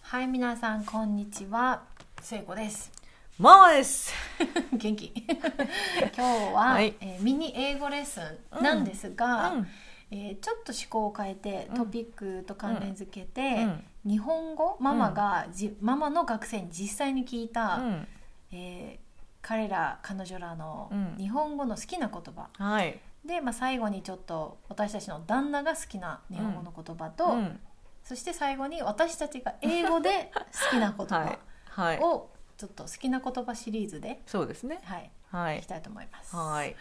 はい、皆さん、こんにちは。聖子 です。ママです。元気。 今日は、はいえーミニ英語レッスンなんですうが、ん、えーちょっと思考を変えて、うんトピックと関連付けうて、ん、日本語ママがじ、ママの学生に実際に聞いた、うんえー彼ら彼女らのうん日本語の好きな言葉、はい。で、まあ、最後にちょっと私たちの旦那が好きな日本語の言葉と、うん、そして最後に私たちが英語で好きな言葉 はい。をちょっと好きな言葉シリーズで、そうですね。はい、はいいき。たいと思います。はい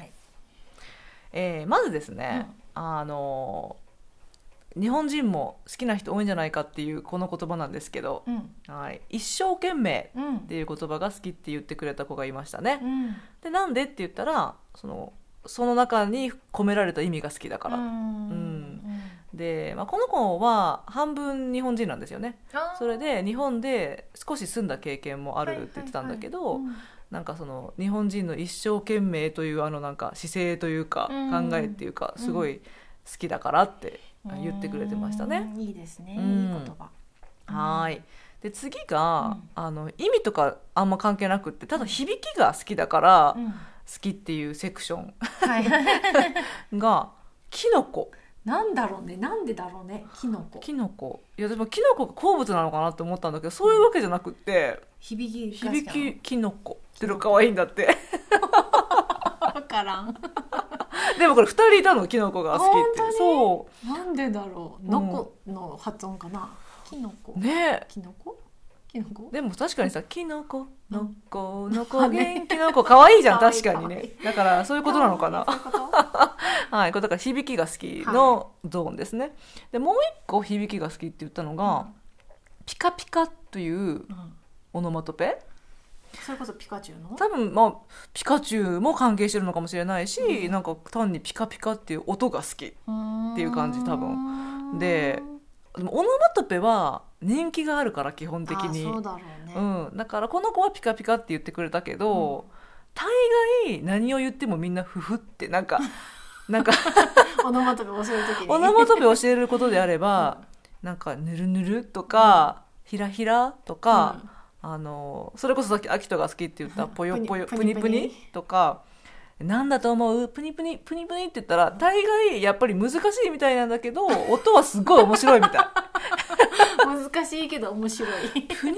えーまずですね、あのー日本人も好きな人多いんじゃないかっていうこの言葉なんですけど、うん、はい、一生懸命うん、うんっていう言葉が好きって言ってくれた子がいましたね。うん、で、なんでって言ったら、そのその中に込められた意味が好きだかうら。ん、うんで、まあ、この子は半分日本人なんですよね。あーそれで日本で少し住んだ経験もあるって言ってたんだけはど、いはいはいなんかその日本人の一生懸命というあのなんか姿勢というかうん考えっていうかすごい好きだからってうん言ってくれてましたね。うんいいですね、いいうん言葉。うんはーいで次が、うんあの意味とかあんま関係なくってただ響きが好きだからうん、好きっていうセクショはい、 ンがキノコなんだろうね、なんでだろうね、キノコ。キノコいやでもキノコが好物なのかなって思ったんだけどそういうわけじゃなくって響きが好き響なの。きキノコっての可愛いんだって わからん。でもこれ2人いたのキノコが好きって本当にそうなんでだろう、うんのこの発音かな。キノコ。ねキノコ。キノコ。でも確かにさ「きのこうんのこのこ元気のこ」可愛いじゃん可愛い確かにねだからそういうことなのかなそういう こと。はいこれだから響きが好きのゾーンですね、でもう一個響きが好きって言ったのが「ピカピカ」といううんオノマトペそれこそピカチュウの。多分まあピカチュウも関係してるのかもしれないし、うなんか単に「ピカピカ」っていう音が好きっていう感じ多分ででもオノマトペは人気があるから基本的にそうだろうね、うん、だからこの子はピカピカって言ってくれたけど、大概何を言ってもみんなフフってなん かなんかオノマトペ教える時にオノマトペ教えることであれば、なんかぬるぬるとか、ひらひらとか、あのそれこそさっきアキトが好きって言ったぽよぽよぷぷににぷぷににとか。なんだと思うプニプニプニプニって言ったら大概やっぱり難しいみたいなんだけど音はすごい面白いみたいうん難しいけど面白い プニプニ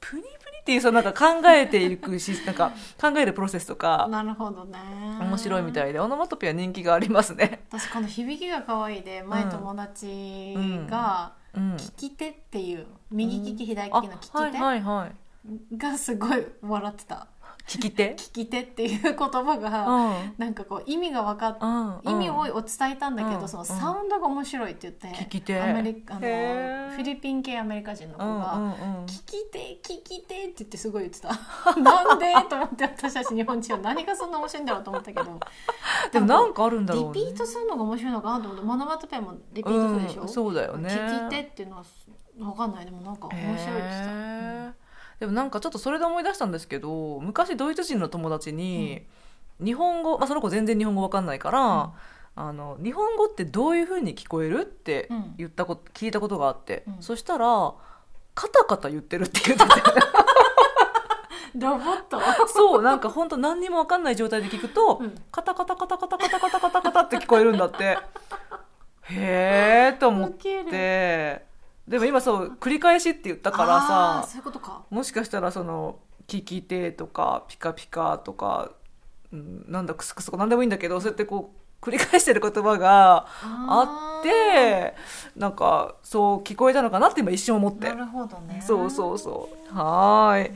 プニプニっていうそのなんか考えていくしなんか考えるプロセスとかなるほどね面白いみたいいでオノマトペは人気がありますね。私この響きが可愛いで前友達がうん聞き手っていう右利き左利あきの聞き手、はいはいはい。がすごい笑ってた聞き 手。聞き手っていう言葉うがんなんかこう意味が分かっうん意味をうんお伝えたんだけど、うんそのサウンドが面白いって言って、聞き手。アメリカあへのーフィリピン系アメリカ人の子うが、んうんうん。聞きて聞きてって言ってすごい言ってた なんでと思って私たち日本人は何がそんな面白いんだろうと思ったけどでもなんかかあるんだリろうね。ピートするのが面白いのかなと思ってモノマトペもリピートするでしょ、うんそうだよね。聞き手っていうのは分かんないでもなんか面白いでした、へーでもなんかちょっとそれで思い出したんですけど、昔ドイツ人の友達に日本語、まあその子全然日本語わかんないから、あの日本語ってどういう風に聞こえるってうん言ったこと聞いたことがあって、うんそしたらカタカタ言ってるって言っててうんロボット そうなんか本当何にもわかんない状態で聞くと、うんカタカタカタカタカタカタカタカタって聞こえるんだってへえと思っウケるてでも今そう繰り返しって言ったからあーさそういうことかもしかしたらその「聞き手」とか「ピカピカ」とか、うん、なんだクスクスとか何でもいいんだけどそうやってこう繰り返してる言葉がああっーてなんかそう聞こえたのかなって今一瞬思ってな。るほどねそうそうそうはーい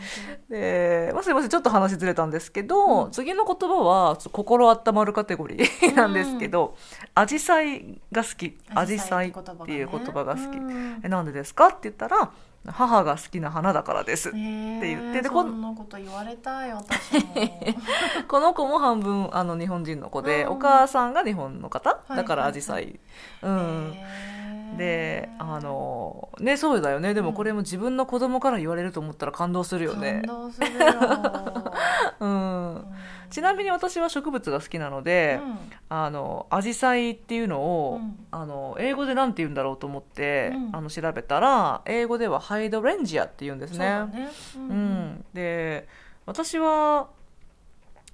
で、まあ、すいませんちょっと話ずれたんですけど、うん次の言葉はちょっと心温まるカテゴリーなんですけど「アジサイが好き」「アジサイ」っていう言葉が好きう。んえなんでですかって言ったら「母が好きな花だからです」って言ってでここんんなこと言われたい私 もこの子も半分あの日本人の子で、うんお母さんが日本の方いだからアジサイ。うんへーであのねそうだよねでもこれも自分の子供から言われると思ったら感動するよね感動するようん、ちなみに私は植物が好きなので、あのアジサイっていうのを、うんあの英語でなんて言うんだろうと思って、うんあの調べたら英語ではハイドレンジアって言うんですね。うんうんで私は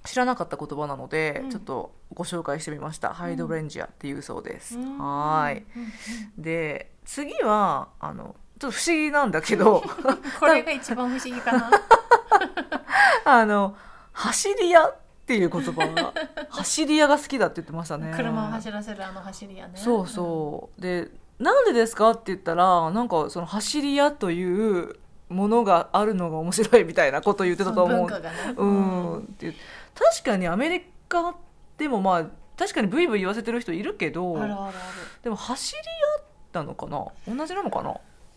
知らなかった言葉なので、うんちょっとご紹介してみました、ハイドレンジアっていうそうです。うんはーいうんうんで次はあのちょっと不思議なんだ けどこれが一番不思議か なあの走り屋っていう言葉が走り屋が好きだって言ってましたね。 車を走らせるあの走りやねそうそうでなんでですかって言ったらなんかその走り屋というものがあるのが面白いみたいなこと言ってたとその文思う化がねうんっていう確かにアメリカでもまあ確かにブイブイ言わせてる人いるけどあるあるあるでも走り屋なのかな同じなのかな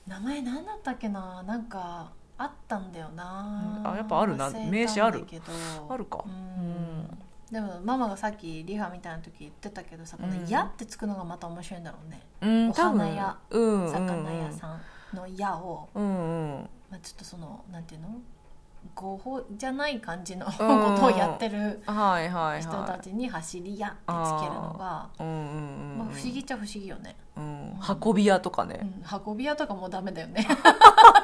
名前何だったっけななんかあったんだよな、うんあやっぱあるな忘れたんだ名刺あるけどあるかううんんでもママがさっきリハみたいな時言ってたけどさこのうん「や」ってつくのがまた面白いんだろうね、うんお花屋多分うん魚屋さんの「や」を、うんうんまあ、ちょっとそのなんていうの合法じゃない感じのこんとをやってるはいはい人たはちに「走り屋」ってつけるのが、いうんうんうんまあ、不思議っちゃ不思議よね、うん運び屋とかねうん、運び屋とかもうダメだよね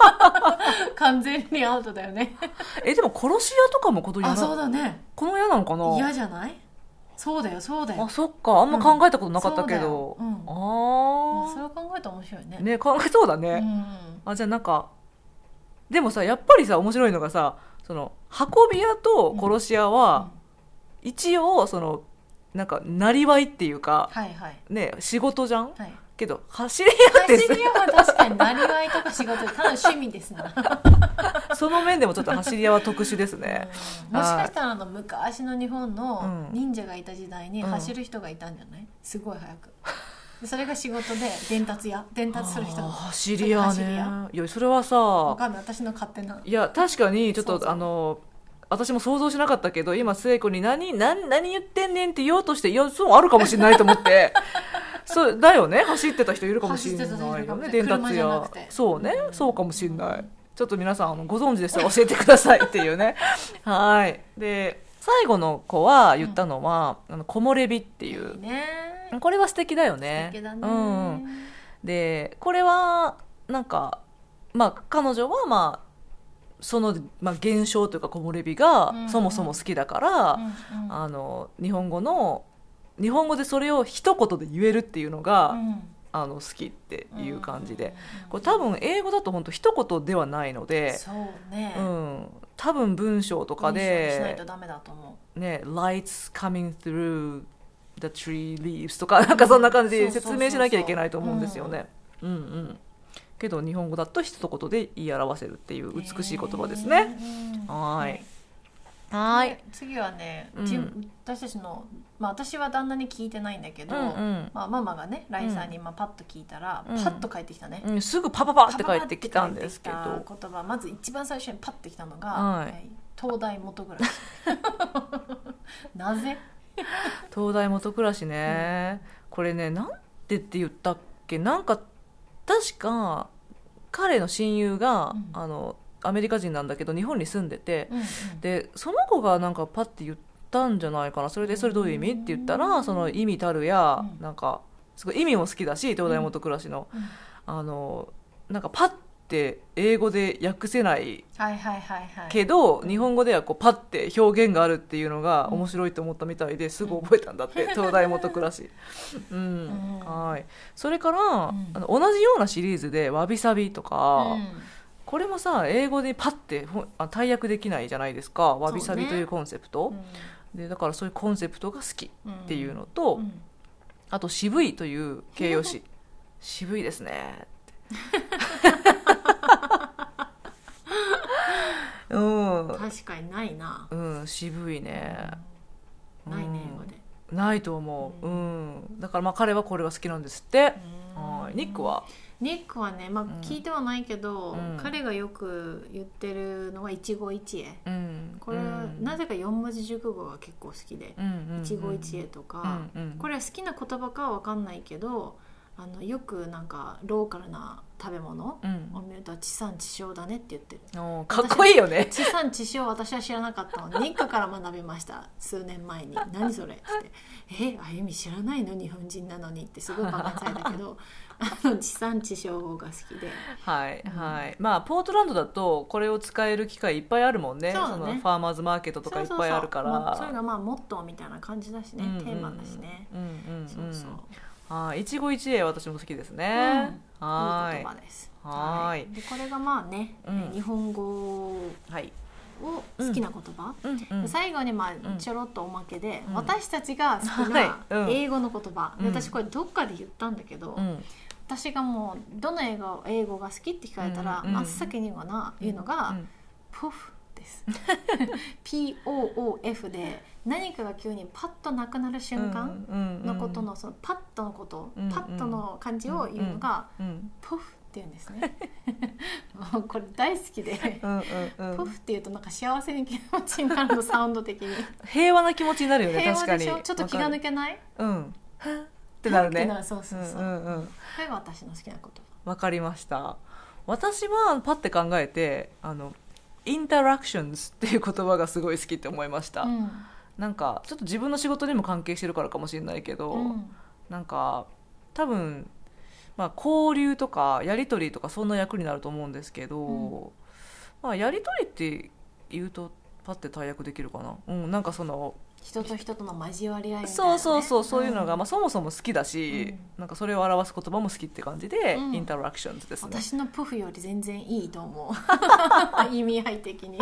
完全にアウトだよねえでも殺し屋とかもこのあ屋そうなだねこの屋なのかな嫌じゃないそうだよそうだよあそっかあんま考えたことなかったけど、うんそうだうんそれあを考えたら面白いねあね考え そうだうね、んあじゃあなんかでもさやっぱりさ面白いのがさその運び屋と殺し屋は、一応そのなんかなりわいっていうかはいはいね仕事じゃんはいけど走り屋っ走てり屋は確かになりわいとか仕事でただ趣味です な、その面でもちょっと走り屋は特殊ですうんね、もしかしたらあの昔の日本のうん忍者がいた時代にうん走る人がいたんじゃないすごい速くでそれが仕事で伝達屋伝達する人あーが走り屋走りね屋いやそれはわさかんない私の勝手ないや確かにちょっとそうそうあの私も想像しなかったけど今聖子に何何何言ってんねんって言おうとしていやそうあるかもしれないと思って そうだよね走ってた人いるかもしれ走ってた人ないるいかよもねね伝車達じゃなやくてそうね、うんそうかもしれなういんちょっと皆さんあのご存知でしたら教えてくださいっていう ねはいで最後の子は言ったのは「あの木漏れ日」っていいうねこれは素敵だよ素ね敵だね、うんうんでこれはなんか、まあ、彼女はまあその、まあ、現象というか木漏れう日んうがんそもそも好きだから、うんうんあの日本語の日本語でそれを一言で言えるっていうのが、うあの好きってんいう感じで、、うんこれ多分英語だと本当一言ではないので、そうね、うん、多分文章とか文章にしないでとダメだと思「ね、Lights coming through the tree leaves」とかなんかそんな感じでそうそうそう説そう明しなきゃいけないと思うんですよね。うんうんけど日本語だと一言で言い表せるっていうう美しい言葉ですね。、うんはーいは、はい次はね、うんじ私たちの、まあ、私は旦那に聞いてないんだけうど、んまあ、ママがねライさんにまあパッと聞いたら、うんパッと帰ってきたね、うんうん、すぐパパパってパパ返パってきたんですけ返っどてきた言葉まず一番最初にパッてきたのが、はいえー東大元暮らし なぜ東大元暮らしね、これねなんてって言ったっけなんか確か彼の親友が、うんあのアメリカ人なんだけど日本に住んでて、うんうんでその子がなんかパッて言ったんじゃないかなそれで「それどういう意味?」って言ったうら「んその意味たるや」うんなんかすごい意味も好きだし東大元暮らしの、うんあのなんかパッて英語で訳せないはいはいはいはいけど、日本語ではこうパッて表現があるっていうのが面白いと思ったみたいですぐ覚えたんだ って、東大元暮らし、うんうんはいそれから、んあの同じようなシリーズで「わびさび」とか、うんこれもさ英語でパッてほあ大訳できないじゃないですか「わびさび」というコンセプト、でだからそういうコンセプトが好きっていうのと、うんうんあと「渋い」という形容詞渋いです ねってうん確かにないな、うん渋いねないねうん英語で、ないと思う、ううんだからまあ彼はこれが好きなんですって、はいニックはニックはね、まあ、聞いてはないけど、うん彼がよく言ってるのは一期一会うんこれ、うん、なぜか四文字熟語が結構好きでうんうんうん一期一会とか、うんうんこれは好きな言葉かは分かんないけどあのよくなんかローカルな食べ物うんを見ると地産地消だねって言ってるおーかっこいいよね地産地消私は知らなかったの日課から学びました数年前に「何それ」って「えあゆみ知らないの日本人なのに」ってすごいバカにされたけどあの地産地消が好きではいうんはい、まあポートランドだとこれを使える機会いっぱいあるもんねそうだねのファーマーズマーケットとかいっぱいあるかそうそうそうまらあそれがまあモットーみたいな感じだしね、うんうんテーマだしね、うんうんうんそうそう、はい一期一会私も好きですね、はいいい言葉ですはーいでこれがまあね、うん日本語をはい、好きな言葉、うんうん、最後にまうんあちょろっとおまけで、うん私たちが好きなはいうん英語の言葉、うんで私これどっかで言ったんだけど、うん私がもうどの映画を英語が好きって聞かれたら、うんうん真っ先にはな言うのが、んポフです POOF で何かが急にパッとなくなる瞬間のことの、、そのパッとのこと、うんうんパッとの感じを言うのが、うんうんポフって言うんですね もうこれ大好きで、うんうんうんポフって言うとなんか幸せに気持ちになるのサウンド的に平和な気持ちになるよね平確和かでにしょちょっと気が抜けけない うんはぁってなるってねなそうそうそう、うんうんうんこれが私の好きな言わかりました私はパッて考えてあのインタラクションズっていう言葉がすごい好きって思いました、葉うんなんかちょっと自分の仕事にも関係してるからかもしれないけど、うんなんか多分、まあ、交流とかやり取りとかそんな役になると思うんですけど、うまあ、やり取りって言うとパッて大役できるかな、うん、なんかその人と人との交わり合いみたいなね、そうそうそうそういうのが、まあ、そもそも好きだし、うんなんかそれを表す言葉も好きって感じで、うんインタラクションズですね私のプフより全然いいと思 う意味合い的に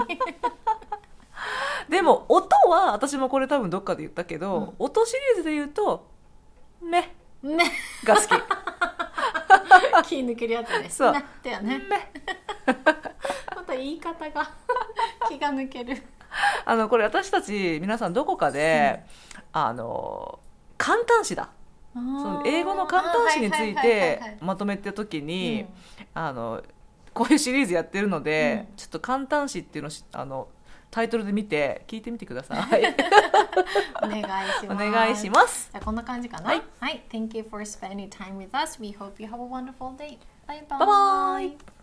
でも音は私もこれ多分どっかで言ったけど、うん音シリーズで言うと「めね」が好 き 気抜けるやつねそうなったよ「めね」 また言い方が 気が抜 けるあのこれ私たち皆さんどこかで、あの簡単詞だそその英語の簡単詞についてまとめた時にあのこういうシリーズやってるので、うんちょっと簡単詞っていうのをしあのタイトルで見て聞いてみてくださ いお願いしますお願いしますじゃあこんな感じかなはい、 Thank you for spending time with us We hope you have a wonderful day Bye bye バイバイ